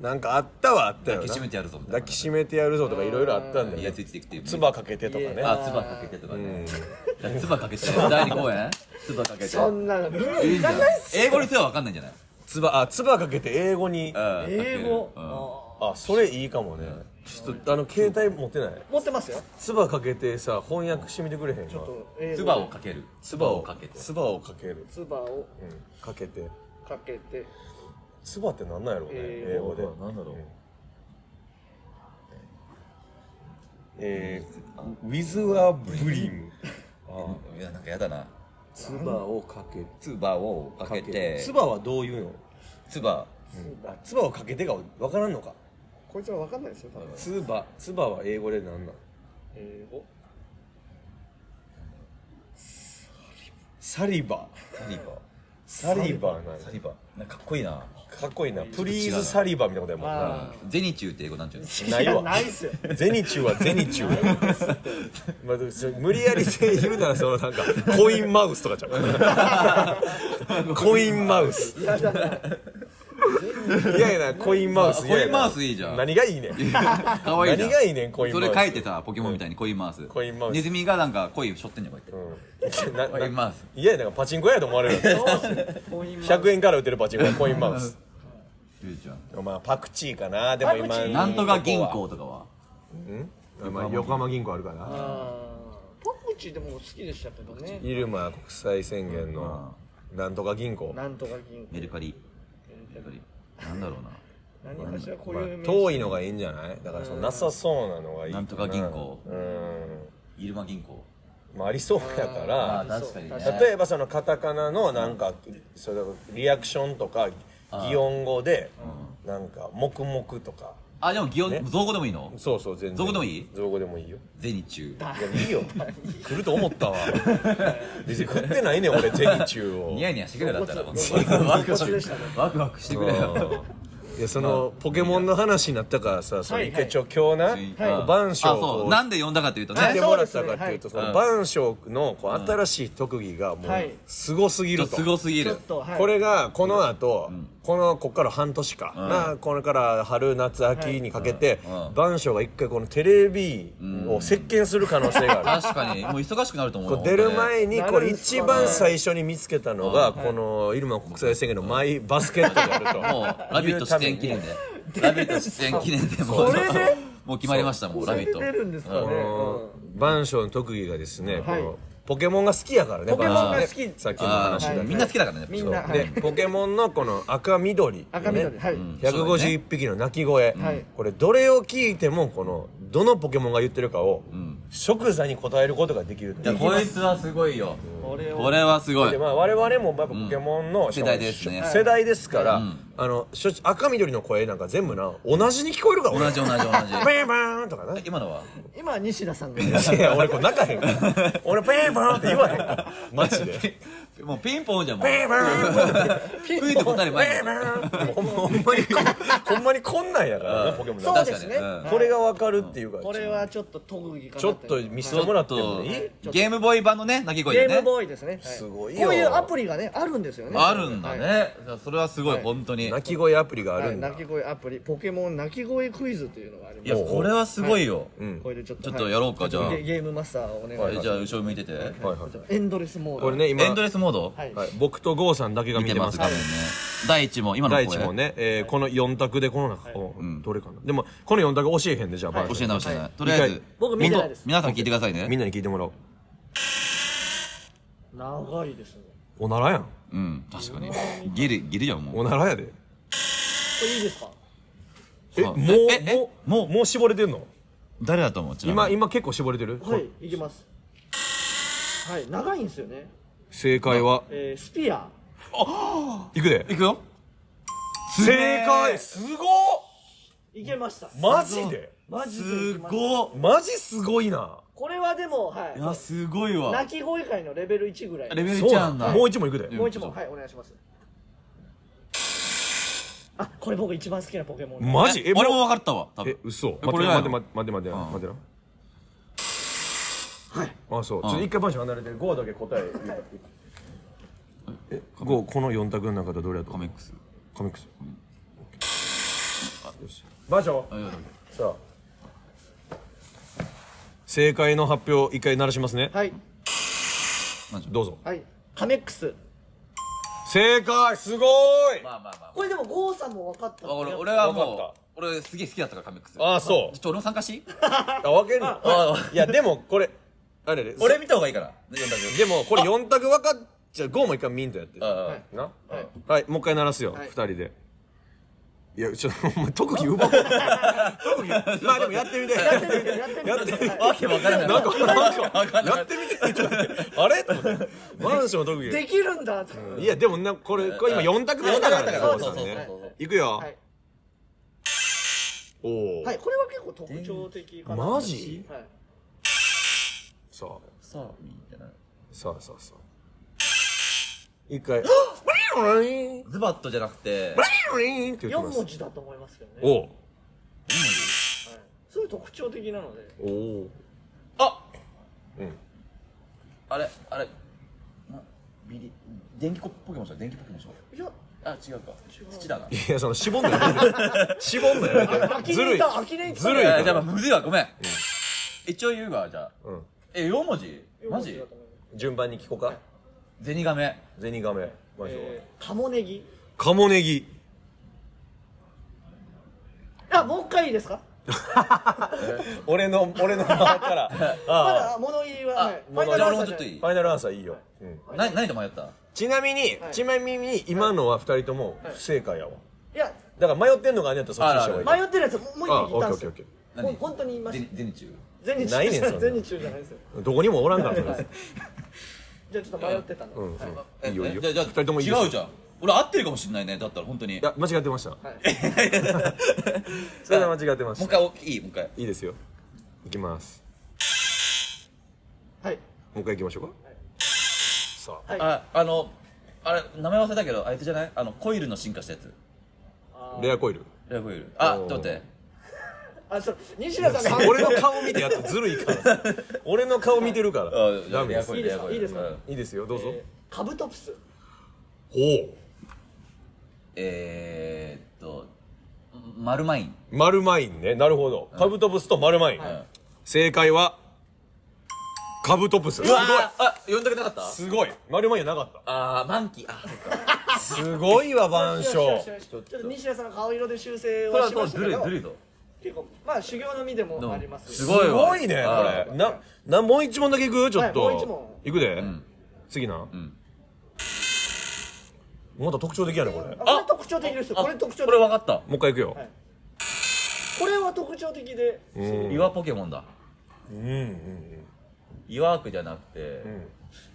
なんかあったはあったよな
抱きしめてやるぞみたいな
抱きしめてやるぞとかいろいろあったんだ
い
よ
や
ね
ついてきて
唾かけてとかね
あ、つばかけてとかね。つばかけて、第二公演つばかけて。
そんなのみんない
い
い
じゃ
ら
ん
ないっす
英語にすればわかんないんじゃない
唾あ唾かけて英語に
うん
英語
うん
あ
あそれいいかもねちょっとあの携帯持ってない
ー持ってますよ
唾かけてさ翻訳してみてくれへんか
英
つ
語
ばをかける。
唾を
かけて。
唾をかける
つばを
うんかけて
かけて
唾ってなんなんやろうね英
英
語で
なんだろう。
えー With a brim
いや、なんかやだな。
唾をかけ
つばをかけて、
唾はどういうの
つば。
あ唾をかけてがわからんのか
こいつは分かんないですよ多分
唾唾は英語でなんなん
英語
サリバ
サリバ。
サリバなんや
サリバ。なんかかっこいいな。
かっこいいなプリーズサリバみたいなことやもんな
あ
ゼニチューって英語なんちゅうの
ー
ないわ
やないっすよ
ゼニチュウはゼニチュウやまあでもそれ無理やりで言うならそのなんかコインマウスとかちゃうコインマウス
いやだから
いやいやコインマウス嫌やな
コインマウスいいじゃん
何がいい ねん
かわいいじゃん。
何がいいねんコインマ
そ
ウス
れ書いてさ、ポケモンみたいにコインマウス。
コインマウス
ネズミがなんかコインしょってんじゃん、こうやっ
うんな
コインマウス
いやいやなんかパチンコやと思われる
コインマウス
100円から売ってるパチンコはコインマウス
て。いいじゃん。
まあパクチーかなでも
パクチ
今
ー
なんとか銀行とかは。
うんまあ、横浜銀行あるかな
あーパクチーでも好きでしたけどね
入間国際宣言のなんとか銀行、ま
なんとか銀行
メルカリメルカリなんだろうな
何かしらこう
あ
いう、
遠
い
いのがいいんじゃないだからそのなさそうなのがいい
なんとか銀行
うん
入間銀行
まあありそうやか
あ
ら
ー確かにね
例えばそのカタカナのなんか、それリアクションとか擬音語でなんか黙々とか
あでも擬音造語でもいいの
そうそう全然
造語でもいい
造語でもいいよ
銭中
いやいいよ来ると思ったわ 別に食ってないねん俺銭中 を
ニヤニヤしてくれよだったら
露
ワ
骨
ク ワク
露骨でしたね
ワクワクしてくれよ
うんいやそのポケモンの話になったからさ、その
はい
一回ちょ今日な、
はい
こう番
あ
賞を
そ
こ
う
う
なんで呼んだかというと
なんで
ね
もらったかっていうと、
はい
その番賞のこう新しい特技がもう
はい
すごすぎ
ちょ
る
っ
と、
とすごすぎ
ちょ
る
っと、はい、
これがこの後、このこっから半年か、なこれから春夏秋にかけて、
うんうん
番賞が一回このテレビを席巻する可能性がある、
確かにもう忙しくなると思う
こう出る前に
な
こ
る
れ
んす
一
かね
番最初に見つけたのが、この入間国際宣言のマイバスケットであると、
もう「ラビット!」出演記念で「ラビット!」出演記念でもう
それで
もう決まりましたもん「ラビット!
出」るんですか ね、
この
うん
番賞の特技がですね、こ
はい
のポケモンが好きやからね
ポケモンが
番
好
賞ね
き
さっきの
あ
話だ
あ
けど
みんな好きだからね
みん
そう
なはい
でポケモンのこの赤緑、ね、
赤緑、はい、
151匹の鳴き声、
はい
これどれを聞いてもこのどのポケモンが言ってるかを即座に答えることができるって
じ
い
ゃ
う
こいつはすごいよ
これを
これはすごい
でまあ我々もやっぱポケモンの、しかも
世代ですね
し世代ですから、あのしょっちゅう赤緑の声なんか全部な同じに聞こえるから
同じ同じ同じ
俺ペンパーンとかな
今のは
今は西田さんが
いや俺これ泣かへんから俺ペンパーンって言わへんからマジでペ
もう ピンポンじゃんもう
ンパーン
クイズ答えればいい
ペンパーンほんまほんまにこほんまにこんなんやからなポケモン
そうですね、
確かに
これがわかるっていうか
これはちょっと特技かな
ちょっと見せてもらってもいい
ゲームボーイ版のね鳴き
ゲ
声
ー
で
ム
ね
ボーイですね、はい
すごいよ
こういうアプリがねあるんですよね
あるんだ
はい
ねそれはすごい本当にい
鳴き声アプリがあ
は
る
い、
んだ
鳴き声アプリポケモン鳴き声クイズというのがあります
やこれはすごいよ
うん
これでちょっと
ちょっとやろうか
はい
じゃあ
ゲゲームマスターをお願いします
えじゃあ後ろ向いてて
はいはい
エンドレスモード
これね今
エンドレスモード
はい、
はい僕と郷さんだけが
見
見
て
て
ま
ますす
画
から
面ね第一問今の
第
声
一問ねえーこの4択でこの中おどれかなでもこの4択教えへんでじゃあバージョン
教え直してねとりあえず
僕見てないです
皆さん聞いてくださいね
みんなに聞いてもらおう
長いですね
おならやん
うん確かにギリギリやんもう
おならやで
これいいですか
え
あ
もう
ええ
もう
も
も
う
うもう絞れてんの
誰だと思うちなみに
今今結構絞れてる
はいいきますはい長いんですよね、
正解は
えー、スピア
いくで
いくよ
正解すご
いけました
っマジで
マジでい
す
きました
ごっ
マジすごいな
これはでもはい
やすごいわ
鳴き声界のレベル1ぐらい
レベル
そう
1
な
あん
ん
だ
だもう一問いくで
もう一問はいお願いしますあこれ僕一番好きなポケモン
マジ
え俺
う
も分かったわ多
え
分
嘘待
こ
っ
れ
て
が
待って待って待って待って待ってなはいあそうちょっと一回番所離れて5だけ答え言うからえ5この4択の中でどれやと
コ
思
ミッ
う
クス
コミックスよし番所
あいやいやいや
さあ正解の発表一回鳴らしますね
はい
どうぞ
はいカメックス
正解すごーい
まあまあまあ
これでもゴーさんも分かった
あ俺俺は
わか
も
っ
う俺すげえ好きだったからカメックス
ああそ
ちょ
う
っと俺も参加し
あ分けるの
あ
いやでもこれあれで
俺見た方がいいから読んだ
でもこれ4択分かっちゃう5も一回ミントやって
あ
い
な
はい
はい、もう一回鳴らすよ、二、
い
人で。いや、ちょっと、お前、特技奪 おう。特技。まあ、でも、やってみて。や
やってみてやってみて
ってみて。
あわけわからない
なんか、
わかんない
やってみて。あれ、と思ってマンションの特技。
できるんだ
いや、でも、な、これ、これ今四択目だからね。
そう
そうそう
これね
そうそうそう
いくよ。
はい
おお、
はいこれは結構特徴的かな
マジ
はい
さあ、
さあみたいな
さあ、さあ、さあ。一回。
ズバッとじゃなくて
って言
四
ってます
文。字だと思いますけどね
おお。
はいすごい特徴的なので
おお。
あ
うん
あれあれなビリ電気ポケモンじゃん電気ポケモンじゃん
いや
あ違うか土だない
や、その、し ぼんだよ。しぼんだよ。
アキ
ず
ネ
る
イ
い
タ。ーアキネイター
ずるい
やじゃあむずいわごめん一応言うわじゃあ
うん。
え4文字マジ
四文字だと思います
順番に聞こうか。
ゼニガメ
ゼニガメ。まずは
えーカモネギ
カモネギ。
あもう一回いいですか
俺の俺の側 から
ま
ああ
だ物言いははいファイ
じ
ナ
ゃ
ル
あ
ア
俺
ンサ
もちょっ
ーじゃな
と
い
いい
ファイナルアンサーいいよ、うん
な何で迷った
ちなみに、
い
ちなみに今のは2人とも不正解やわ、
いや
だから迷ってんのがあれやったらそっちにした方がいい
迷ってるやつもう一
ああ
個言
オ
っ
ッケ
た
ーオッ
んです
ケーオッケ
よほん本当に言いまし
全
た
全日中
全日
ないねんそんな
全日中じゃないですよ
ーどこにもおらんからそれ
じゃあちょっと迷ってたの、
うんうん
はい
いいよいいよ
えじゃあ
二
じゃ
人
あ
ともいいです
違うじゃん俺合ってるかもしんないねだったら本当に
いや間違ってましたそ
そ
れは間違ってま
もう
した
一回おいいもう一回
いいですよいきます
はい
もう一回いきましょうか、さあ
はい
ああのあれ名前忘れたけどあいつじゃないあのコイルの進化したやつ
あ
レア コイル
レアコイルあち
お
ょ
ー
っと待って
あそう西田さんの
俺の顔見てやってずるいから俺の顔見てるから
あじゃ
ダ
あ
メ
レ
で
ア
す
コイル
いいで
レア
すか
コイル
いいですか
うん
いいですよどうぞ、
えーカブトプス
ほう
えーっとマルマイン
マルマインねなるほどカブトプスとマルマイン、
ん
正解はカブトプスすごい
あ呼んだけなかった
すごいマルマインはなかっ
あーマンキーあそっか
たすごいわ
よ
万
し
象
よしよしちょっと西田さんの顔色で修正
それ
は
は
し
そ
ま
う
した
ず
け
るい
ど
ずるいぞ
結構まあ修行の身でもあります
す
すご
ごいわ
いね
あー
これななもう一問だけいくちょっと、
はいもう一問
いくで、
ん
次な、
ん
また特徴的やねこれも
あこれ特徴的ですよ
あ
これ特徴
これ
的
分かった
う一回いくよ、
はいこれは特徴的で
岩ポケモンだ
うんうんうん
岩アークじゃなくて、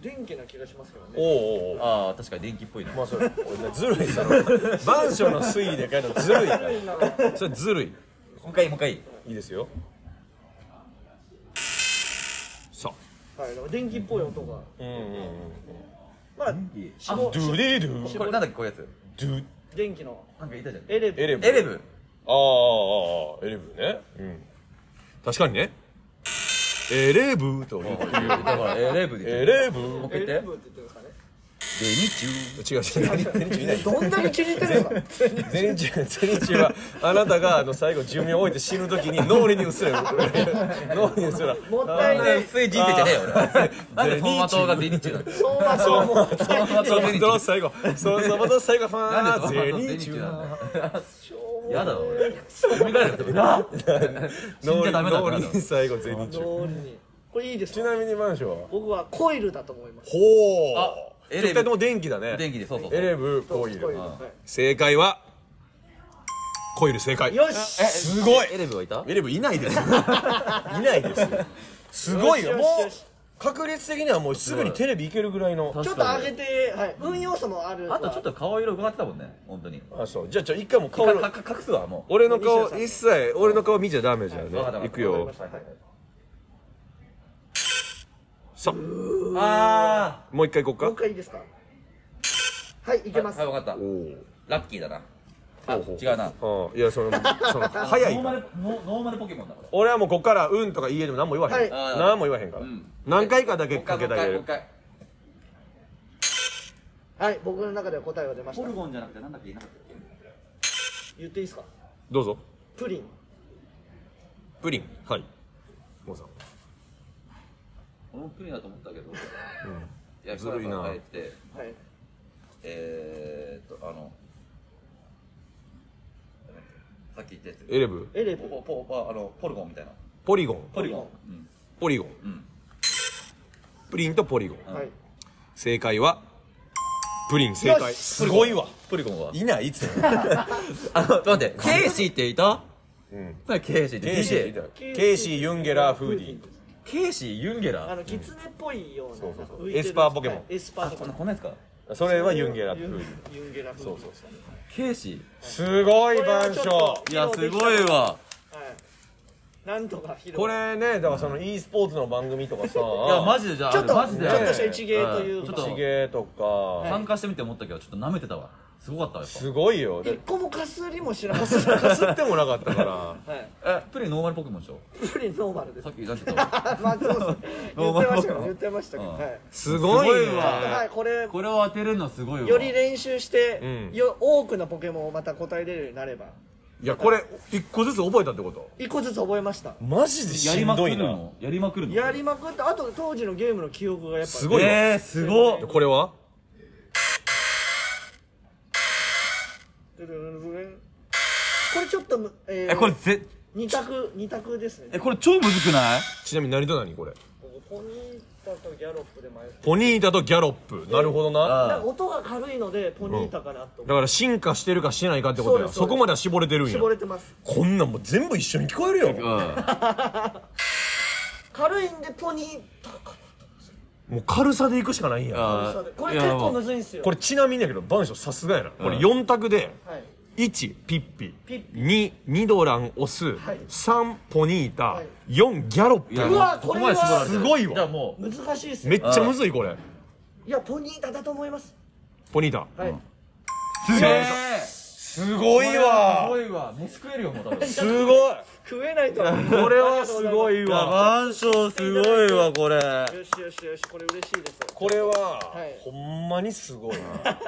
電気な気がしますけどね
おうおうおう
ああ確かに電気っぽいな、
まあそれ俺ねずるいその万象の推移で書いたのずるいからそれずるい
もう一回もう一回
いいですよさあ
はいだから電気っぽい音が
うんうんうん
まあ
気
しぼ
ドゥリドゥ
これなんだっけこういうや
ド
つ
ゥ
電気の
なんかいたじゃん
エレベ
エレブ
エレブ
ああああああエレブねうん確かにねエレブと言う
だからエレブで
エ
レ
レブ
もう一
エ
回言
レ
って
ブって言ってるんですかね
デニチュ
違う違う全日中いない
どんだけ気に入ってるんですか
全日中全日中はあなたがあの最後寿命を終えて死ぬ時に脳裏にうっすら脳裏にうっすら
もったい
ー
ない
薄い人生じゃねえよ俺なんで
デニチュー
フォーマットがデニチューなの
そうは
そう思う
フォーマット
そ
が
の
デニチ
その
ュー
最後そのその最後フ
なん
ァ
で
ー
フォーマットが
ゼ
デ
ニ
ニチ
チ
ュ
ュ
ー
ー
なんだよ
しょうも
やだ俺蘇られるな死んじゃダメなん
脳
だ
裏に最後ゼニチュー
どうにこれいいです
ち
か
なみにマンションは
僕はコイルだと思います
ほう
あエレブ
2人とも電気だね
電気でそうそうそう
エレブコイル
は
正解はコイル正解
いよし
え
すごい
エレブはいた
エレブいない ですよいないですよすごいよ
よしよし
も
よ
う
し
確率的にはもうすぐにテレビいけるぐらいの
ちょっと上げて、はい、運用素もある
あとちょっと顔色伺ってたもんね本当に
あそうじゃあじゃあ一回もう顔
かか隠すわもう
俺の顔一切俺の顔見ちゃダメじゃんね
わかったわかった
いくよ
はいはい
さあ
あ
もう一回行こ
もう
う
一
か
回いいですかはい、いけ
ー
ます、
はい分かった
おお
ラッキーだなあ
ほうほう
違うな
ああいやそのそ の早い
ノー
か
マ
ら
ルノノーマルポケモンだこれ
俺はもうこっから「うん」とか「いいえ」でも何も言わへん、
はい
何も言わへんから、
うん
何回かだけかけてあげ
もう
る
一回もう一回もう一回
はい、僕の中では答えが出まし
ポ
た
ルゴンじゃなくてなんだっけなかったっけ
言っていいですか
どうぞ
プリン
プリンはいモーさん
俺もプリンだと思ったけど、いや
ずるいな
これは考えて
はい
えー、っとあのさっき言ったやつ
エレブ
エレ
ポ
ブ
ポポポあのポルゴンみたいな
ポリゴン
ポリゴン、
ポリゴン、
ん
プリンとポリゴン
はい
正解はプリン正
よ
解
し
すごいわ
ポリゴンはい
ないいつ
あの待ってケイシーっていた
うん
なんかケイシー っ
ケイシーって言
て
ったよケイシーユンゲラーフーディー
ケイシーユンゲ
あ
ラー
の、キツネっぽいような
そうそうそう
浮いてる
エスパーポケモン
はいエスパーポケモン
こんなやつか
それはユンゲラーフーディー
ユンゲラフーディ
そうそうそ
ケイシ
すごい番
これはちょ
賞
っ
ーいやすごいわ
はいなんとか広
これねだからその e スポーツの番組とかさ
いやマジでじゃあ
ちょっと
マジで
ちょっとした一芸というか
ちょっと
ゲーとか
参加してみて思ったけどちょっと舐めてたわすごかったわやっ
すごいよ
一
で
個もかすりも知らなかっ た
かすってもなかったから
はい
ぱえプリンノーマルポケモンでしょ
プリンノーマルです
さっき何て言ったわ
まあそう そう言ってましたけど言ってましたけど
うん
はい
すごいね
すごいわ
はいこれ
これを当てれるのすごいわ
より練習して、
うん
よ多くのポケモンをまた答えれるようになれば
いやこれ一個ずつ覚えたってこと
一個ずつ覚えました
マジで
や
し
り
ん
まく
ど
る
いな
のやりまくるの
やりまくってあと当時のゲームの記憶がやっぱ
す
り
ごいわ
えー、すごっ
これは
これちょっとむ、えー
えこれぜ
二択二択ですね
え、これ超むずくない
ちなみに何と何これ
ポニータとギャロップで迷って
ポニータとギャロップなるほどな
なんか音が軽いのでポニータかなと思
だから進化してるかしてないかってこと
そう
や
です
そこまでは絞れてる
うん
や
絞れてます
こんなんもう全部一緒に聞こえるよ
う
軽いんでポニータか
もう軽さでいくしかないんや
なそうでこれ結構むずいんですよ
これちなみにやけど番所さすがやなこれ
うん
4択で
はい
1ピッピ
ピッピ
2ニドランオス
はい
3ポニータ
はい
4ギャロ
いや
ッ
う
プ
わ
ここまで絞られてる
すごいわ
じゃあもう
難しいっす
め
よ
っちゃむずいこれ
いやポニータだと思います
ポニータ
はい
す
げえ
す
すごい
ごいわ飯食えるよもう多分
すごい
食えないと
これはすごいわ
万象すごいわこれ
よしよしよしこれ嬉しいです
これは、
はい
ほんまにすごい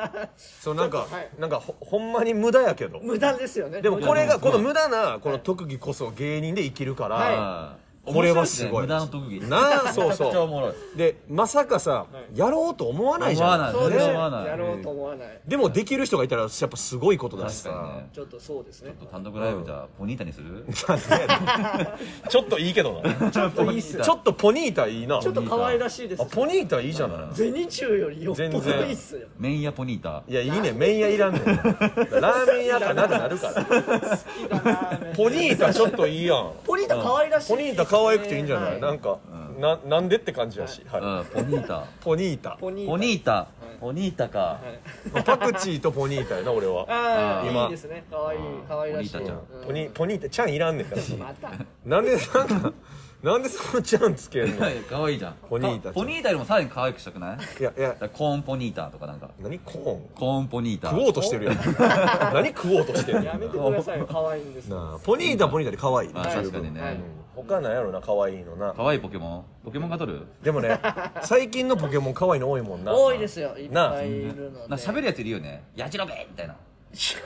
な そうなんか、
ちょっとはい
なんかほほんまに無駄やけど
無駄ですよね
でもこれがこの無駄なこの
はい
特技こそ芸人で生きるから、
は
はい
これはすごい
無駄の特技
なあそう
めちゃくちゃお
そ
もろいう
でまさかさ、
はい
やろうと思わないじゃん
思わない
そうです
全
ね
然思わない
やろうと思わない
でもできる人がいたらやっぱすごいことだし
確か
さ
にね
ちょっとそうですね
単独ライブじゃあポニータにする
ちょっといいけどな
ちょっといいっ す
ちょっとポニータいいな
ちょっと可愛らしいです
あポニータいいじゃない、
ゼニチュウよりよっぽどいいっすよ
メインやポニータ
いやいいね麺屋いらんねんラーメン屋かなってなるから
好きだな
ポニータちょっといいやん
ポニータ可愛らしい
ポニータ可愛くていいんじゃない、
はい
なんか、ななんでって感じやし、はい
うんポニータ
ポニータ
ポニータ
ポニータ
い
ポニータか
はい
パクチーとポニータやな俺は
あ
あ
あ
ー
いいですね可愛い可愛らしい
ポニータちゃん
う
ポニポニータちゃんいらんねんから
また
なんでなんかなんでそのちゃんつけんのい
いや可愛いじゃん
ポニータ
かポニータよりもさらに可愛くしたくないだか
やいや
らコーンポニータとかなんか
何コ
コーンポニータ
ーン食おうとして るやん何食おうとしてる
や
やん
めてくださいよ可愛いんですよ
なあポニータポニータで可愛い
まあ
な十
確
分
かに
は
ね
い
他なんやろな可愛いのな
可愛いポケモンポケモンが取る
でも ね最近のポケモン可愛いの多いもんな
多いですよいっ
なあ
ぱいいるので
なんか喋るやついるよねやじろべえみたいな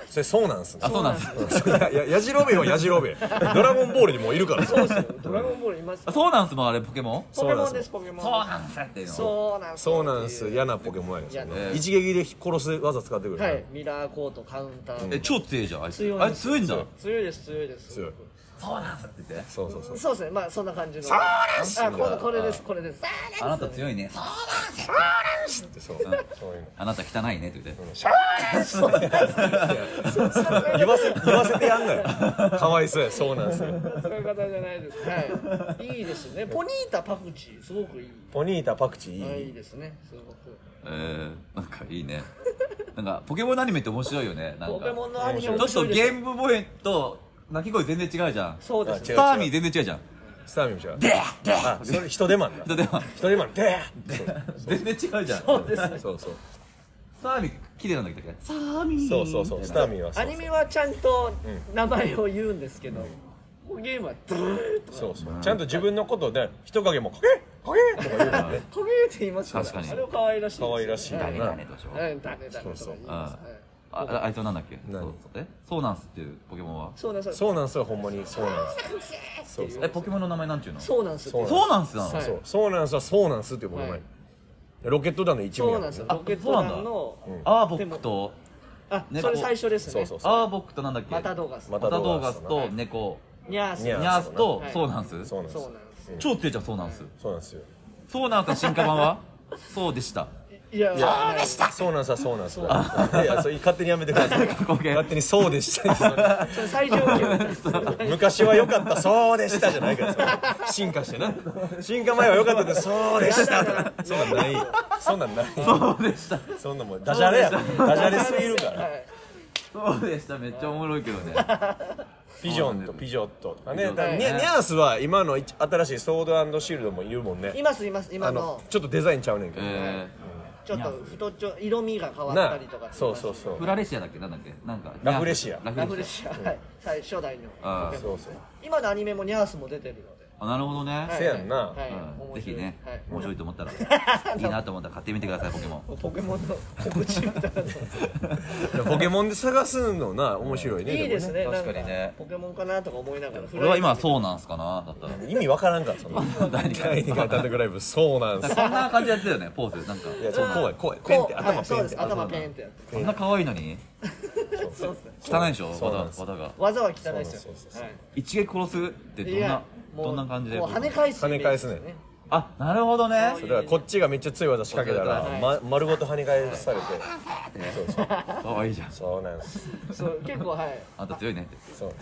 それそうなんすね
あそうなんです
いやいややじろべえはやじろべえドラゴンボールにもういるから
そうですよドラゴンボールいます
あそうなんすもんあれポケモン
ポケモンですポケモン
そうなんすっていうの
そうなんす
そうなんです嫌なポケモンやですよ
嫌
ね
な
一撃で殺す技使ってくる、
はいミラーコートカウンター
え超強いじゃんあいつ
強い
あいつ強いんだ
強いです強いです
強い
そうなんすって言って
そうそうそう
そうですねまあそんな感じのそうですあここれですこれです
あなた強いね
ってそうそういうの
あなた汚いねって言って
言わせ言わせてやん なよかわいそうやそうなんすよ
使い方じゃないですはいいいですねポニータパクチーすごくいい
ポニータパクチーいい、
あいいですねすごく
えーなんかいいねなんかポケモンのアニメって面白いよねなん
ポケモ
か
ンのアニメ
面
面
ちょっと
白いです
ゲームボーイと鳴き声全然違うじゃんス
そうです
違
ね
う
ターミー全然違うじゃん
スターミンじゃん
でで
あそれ人手間な
人手間
人手間で
全然違うじゃん
そうですね
そうそう
スターミー綺麗なんだけど
そうそうそうスターミンはそ
ア
う
ニメはちゃんと名前を言うんですけどゲームはドゥーッとか
そうそうちゃんと自分のことで人影も「かけかけ!」とか言うからね
トゲーって言います
確かに
あれは可愛らしいです
可愛らしいよ
は
ダ
い
メ
な
だねどうしよう
うんダメダメとか言います
そうそう
はい
あああいつはなんだっけ
何
そうえそうなんすっていうポケモンは
そうなんですよ
そうなんすよほんまにそうなんすそうそう
えポケモンの名前なんていうのそ
そうなんですよ
そう
うなんすなの
はい
そうそうなんすはそうなんすっていう僕の
は
前
い
ロケット団の一部
そ
や
うなん
もん
ですよ
あ
ロケット団の
アーボックと
あ
ね
それ最初です
そ
ね
うそうそう
アーボックとなんだっけ
また動画です
ま
マタドーガス
は
と
い
猫
ニャース
ニ
ニャースと
はい
そうなんす
そうなんす
そうなんです
超強いじゃんそうなんす
そうなんすよ
そうなんすの進化版 はそうでした
いやそうでした
そうなんすはそうなんすいやそれ勝手にやめてくだ さい
合計
勝手に「そうでした」
それ最上級みたいな
昔は良かったそうでしたじゃないからそれ進化してな進化前は良かったってそうでしたとかそんなんないよそんなんない
そうでした
そんなんもうダジャレやダジャレすぎるから
はい
そうでしためっちゃおもろいけどね
ピジョンとピジョットとかねだからニ
はい
ャニャースは今の一新しいソードシールドも言うもんね
いますいます今
あ
の
のちょっとデザインちゃうねんけど
え
ちょっと太っちょ色味が変わった
な
りとか
そうそう
う
そ
ーフ
う
ラレシアだっけなんだっけなんか
ラフレシア
ラ
ラ
フ
フ
レ
レ
シ
シアはい最初代の
アあー
そうそう
今のアニメもニャースも出てるので
あなるほどね、
はい
せやんな
はい
うんぜひね、
はい
面白いと思った らいいなと思ったら買ってみてくださいポケモン
ポケモンの告知み たいなの
ポケモンで探すのな面白いね
いいですね
確かにね
なんポケモンかなとか思いながら
俺は今そうなんすかなだったら
でもね意味わからんからその
何か
第2回単独ライブそうなんす
そんな感じでやってたよねポーズなんか
いやちょっと怖い怖い
こう
ペンって
はい
頭ペ
そう
ンっ
で
て
す頭ペンってやって
こんな可愛いのに
そうっすね
汚いでしょ
そうなんで
技
す
技が
技は汚いですよ
そうそうそうそう
はい
一撃殺すってどん
い
な
や
どんな感じで
もう跳ね返すイメージです
跳ね返すね
あなるほどね
そう
だからこっちがめっちゃ強い技仕掛けたら、
はい
ま、丸ごと跳ね返されてそうそう
あいいじゃん
そうなんです
そう結構 はい
あんた強いねって
そう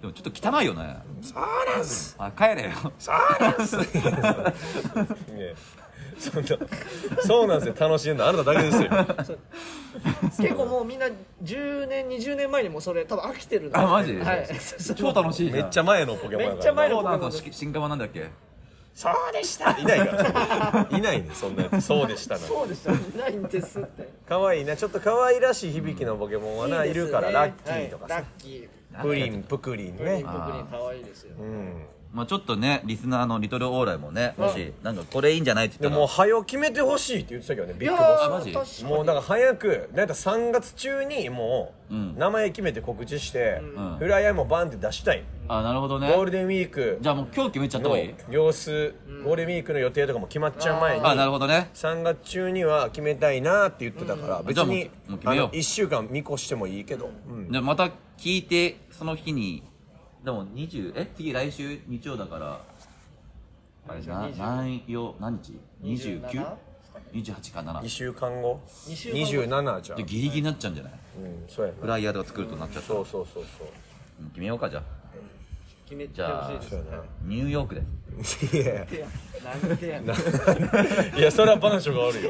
でもちょっと汚いよね
そうなんです
あ帰れよ
そうなんですいやそんなそうなんですよ楽しんだあなただけですよ
結構もうみんな10年20年前にもうそれ多分飽きてるんで
あマジ
はい そう
超楽しいじゃ
め
ん
っちゃ前のポケモンだから
めっちゃ前の
そうなんだし新刊はなんだっけ
そうでしたいないからいないねそんなやつそうでしたな
そうでしたないんですって
可愛いなちょっと可愛らしい響きのポケモンはないい
いですね
るからラッキーとか
は
さ
いラッキー
プリンプクリン
プリン
ね
プクリン可愛いですよ
うん
まあちょっとねリスナーのリトルオーライもね
うん
もしなんかこれいいんじゃないって
で
言ったら
も早う決めてほしいって言ってたけどね
い
ビッ
や
グ
ー
ボ
マジ
確か
ス
に
もうなんか早くなんか3月中にもう
うん
名前決めて告知して
ん
フライヤーもバンって出したい
あなるほどね
ゴールデンウィーク
じゃあもう今日決めちゃった方
の
がいい
様子ゴールデンウィークの予定とかも決まっちゃう前に
あなるほどね
3月中には決めたいなって言ってたから
ん
別
じゃあもう
に
もう決
あ
めよう
の1週間見越してもいいけどうん
でまた聞いてその日にでも20え次来週日曜だからあれな
来週20
何曜何日
27
?29?28 か7
2週間後
二週間後
27じゃん
でギリギリになっちゃうんじゃない
うんそうや
フ
な
ライヤーとか作るとなっちゃった
そうそうそうそう
うん決めようかじゃあ
決めてほしいです
そうや
ニューヨークで
ないや
いやなんでやねん
いやそれは番所がある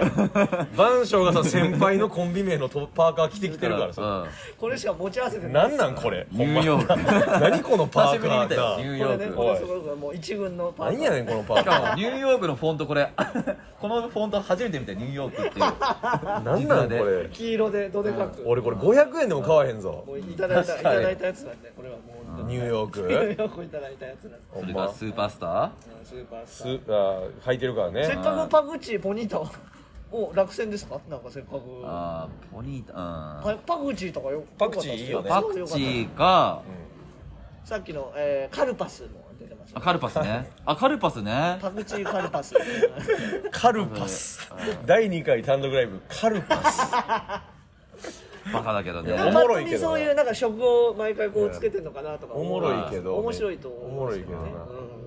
よ番所がさ先輩のコンビ名のトパーカー着てきてるからさ
これしか持ち合わせてない
なんなんこれ
うんニューヨーク
何このパ
久し
ー
ぶ
カ
りに見
ー
た
な
よニュー
こ
ヨ
れね
ーク
これすごいもう一軍のパー
何
ト
やねんこのパー
し
カ
かもニューヨークのフォントこれ このフォント初めて見たよニューヨークっていう
ー何なんこれ
黄色でどでかく
俺これ500円でも買わへんぞ
もういただいたい
確かに
ただいたやつなんでこれはもう本当に
ニューヨーク
よくいただいたやつなんで
ほ
そ
ん
れが
ま
スーパースター
スーパース
す
ター
あー履いてるから
せっ
ね
かくパクチーポニータはお落選ですかなんかせっかく
あーポニータう
パパクチーとかよ
パクチーいいよ
良
ね
か
パ
った
ク
ですよ
チーが
さっきの、えーカルパスも出てました
あ
ね
カルパ スねあカルパスね
パクチーカルパス
カルパス第2回単独ライブカルパス
バカだけどね
いやおもろい
パ
けど
ッと
な
見そういうなんか食を毎回こうつけてんのかなとか
お
思う
もろいけど、
面白いと
お
思
も
う
ろ
ん
い
で
け
すよ
ど
ね
な、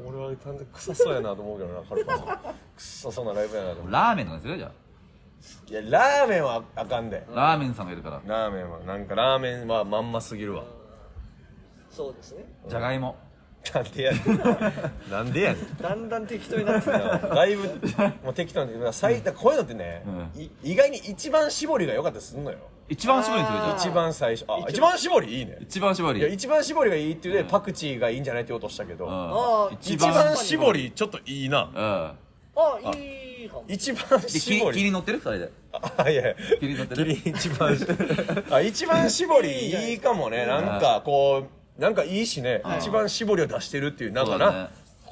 俺は単純にクソそうやなと思うけどなカルパさんクソそうなライブやなと思
ラーメンとかにするじゃん
ういやラーメンはあかんで
ラーメンさんがいるから
ラーメンはなんかラーメンはまんますぎるわ
そうですね
じゃがいも
なんでやねんなんでやねん
だんだん適当になっ てきた
だいぶもう適当なんだけど最だからこういうのってね、
う
い意外に一番絞りが良かったりすんのよ
一番絞りにするじゃん
あー
一番最初あ一番絞りいいね
一番絞
いや
り
一番絞りがいいっていうで、パクチーがいいんじゃないってことしたけど、
うん
あー
一
一
番
番
絞りちょっといいな
うん
あいいかも
一番
で切
絞
り切
り
り乗ってる二人で
あいやいや
切り乗って
キ
る
リン一番しあ一番絞りいいかもねなんかこうなんかいいしね一番絞りを出してるっていうなんか
そうだ
な
ね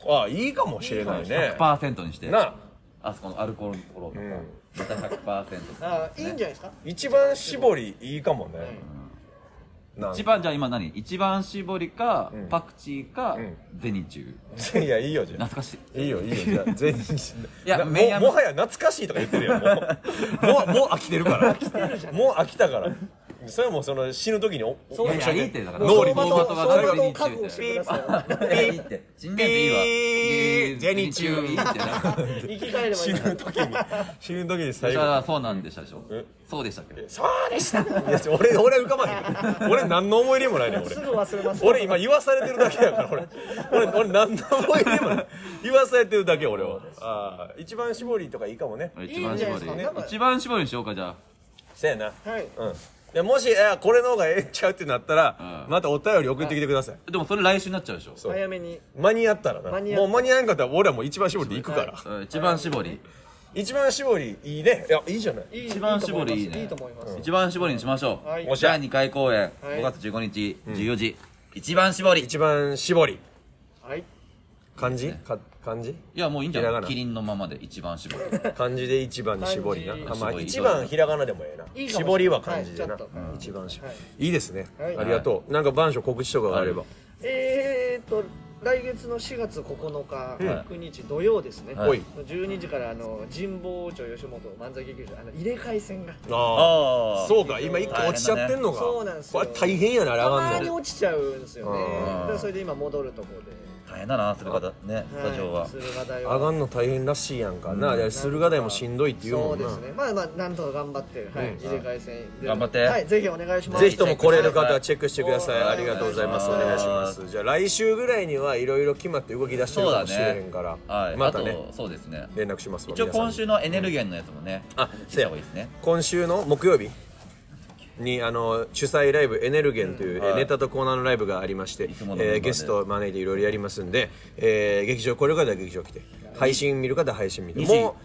あいいかもしれないね
100%にして
な
あそこのアルコールのところとかまた100%
あいいんじゃないですか
一番絞りいいかもねなん
一番じゃあ今何一番絞りかパクチーか
ん
ゼニチュウ
いやいいよじゃあ
懐かしい
いいよいいよじゃ あ全然
いや
なも
麺屋も
もはや懐かしいとか言ってるよ もうもうもう飽きてるからもう飽きたからそれはもうその死ぬ時にお
そう
オプション
いやい
で
いってだから
脳裏
相場
に
脳
と
裏
相場
脳裏
と覚悟してくださ
いやいいって新年いいわ
ピーゼニチュウ
いいってな
い生き返ればい
死
い
ぬ時 に死ぬ時に最
そ
後
そうなんでしたでしょ
え
そうでしたっけ
そうでしたいや俺俺浮かばへん俺何の思い入れもないねん
す
俺
ぐ忘れます
俺今言わされてるだけやから俺俺俺何の思い入れもない言わされてるだけ俺はああ一番絞りとかいいかもね
一番絞
いいんじゃない
り
ですか
一番絞りにしようかじゃあ
せやな
はい
うんでもしいやこれの方がええんちゃうってなったら、
うん
またお便り送ってきてください
でもそれ来週になっちゃうでしょ
う
早めに
間に合ったらな
間に合った
もう間に合わんかったら俺はもう一番絞りで行くから、
うん一番絞り
一番絞りいいねいやいいじゃない
いい
一番絞りいいね
いいと思いますいいと思います
一番絞りにしましょう、
はい
おっしゃ
第2回公演
はい
5月15日14時、一番絞りい
一番絞り
はい
漢字か漢字
やもういいんじゃ
ひら
な
が
い
な
キリンのままで一番絞り
漢字で一番に絞 りな、
漢
あ
字
まあ、
絞り
一番ひらがなでもええない
いかもしれない
絞りは漢字でな、
はいちょっと
うん一番絞り、、
はい
いですね、
はい
ありがとうなんか番所告知とかがあれば、
えーっと来月の4月9日、
うん
9日土曜ですね、
はい
おい
12時からあの神保町吉本漫才劇場あの入れ替え戦が
あ
あ
あ
あ
そうか今一個落ちちゃってんのか
そうなんですよ
これ大変やなあれ
た
上
ま
がん
に
の
落ちちゃうんですよね
うん
だからそれで今戻るところ
大変だなそれ方ね
で
スタジオは、
い、駿河台は
上がんの大変らしいやんかな、いや駿河台もしんどいって言うもんな
そうですねまあまあなんとか頑張って、はい入れ替え戦で
頑張って
はいぜひお願いします
ぜひとも来れる方はチェックしてください。
は
あ
い
りがとうございます。お
お
願
願
い
い
し
し
ま
ます
す。じゃあ来週ぐらいにはいろいろ決まって動き出してる
そう
か
だ
もしれへん
ね
から、
はい、
またね
あとそうですね
連絡しますわ。
一応
皆さん
今週のエネルギーのやつもね、
あ
聞いた方がいいですね
今週の木曜日にあの主催ライブエネルゲンという、えー
はい
ネタとコーナーのライブがありまして、え
いつものメンバー
ー
で
ゲストを招いていろいろやりますんで、えー劇場来る方は劇場来て配信見る方は配信見て
二時
も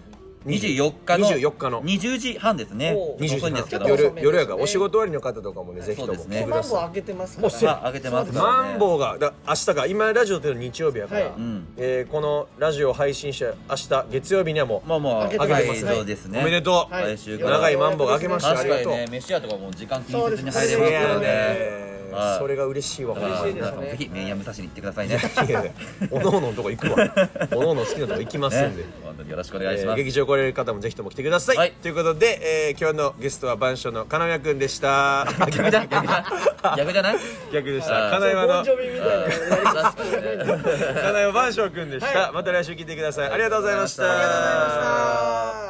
う
24日の
24日の
20時半ですね
おう
20時
遅いん
半
ですけど
ちょっと
夜夜やからお仕事終わりの方とかもねぜひとも
そうです
来
ね
て
もう
く
マ
ださい
ンボウ開けてますから
あ上げてますからね
マンボウがだ明日が今ラジオというのは日曜日やから、
はいうん
えーこのラジオ配信者明日月曜日にはもう、
まあまあ
開けて
ます
会場ですね
おめでとう、
はい
来週から
長いマンボウが明けました
確
あり
かに
がとう
ね飯屋とかもう時間気にせずに入れ
せ
ます
や
から
ね
ねはい
それが嬉しいわほんま
あ
に
嬉し
ー
いです
皆さ
ね
んもぜひ麺屋武蔵に行ってくださいね
いやいやおのおののとこ行く わおのおの好きなとこ行きます
ね
んで、
本当によろしくお
え
願いし
ー
ます
劇場来れる方もぜひとも来てください、
はい
ということで、えー今日のゲストは番所の金谷くんでした
逆じゃ逆じゃ逆じゃない
逆でし
あ
た
ー
金谷
ボ
の
ンジョビみたいなのやります
確かにね
金谷番所くんでした、
は
また来週聞いてくださいありがとうございました
ありがとうございました
あー